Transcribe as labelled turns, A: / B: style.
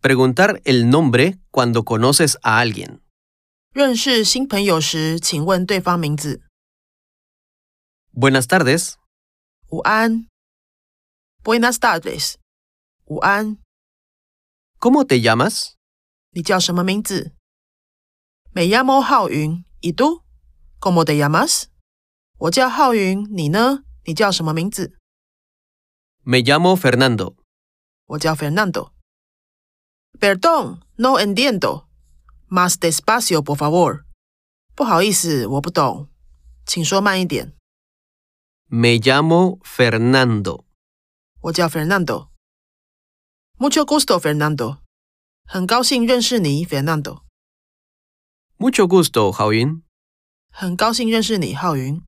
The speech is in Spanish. A: Preguntar el nombre cuando conoces a alguien.
B: 认识新朋友时，请问对方名字。
A: Buenas tardes.
B: 午安，Buenas tardes。午安，
A: ¿Cómo te llamas?
B: 你叫什么名字？Me llamo 浩云，¿y tú? ¿Cómo te llamas? 我叫浩云，你呢？你叫什么名字？
A: Me llamo Fernando.
B: 我叫 Fernando。Perdón, no entiendo. Más despacio, por favor. 不好意思，我不懂，请说慢一点。
A: Me llamo Fernando.
B: 我叫 Fernando。Mucho gusto, Fernando。很高兴认识你，Fernando。
A: Mucho gusto, Jaoin.
B: 很高兴认识你，浩云。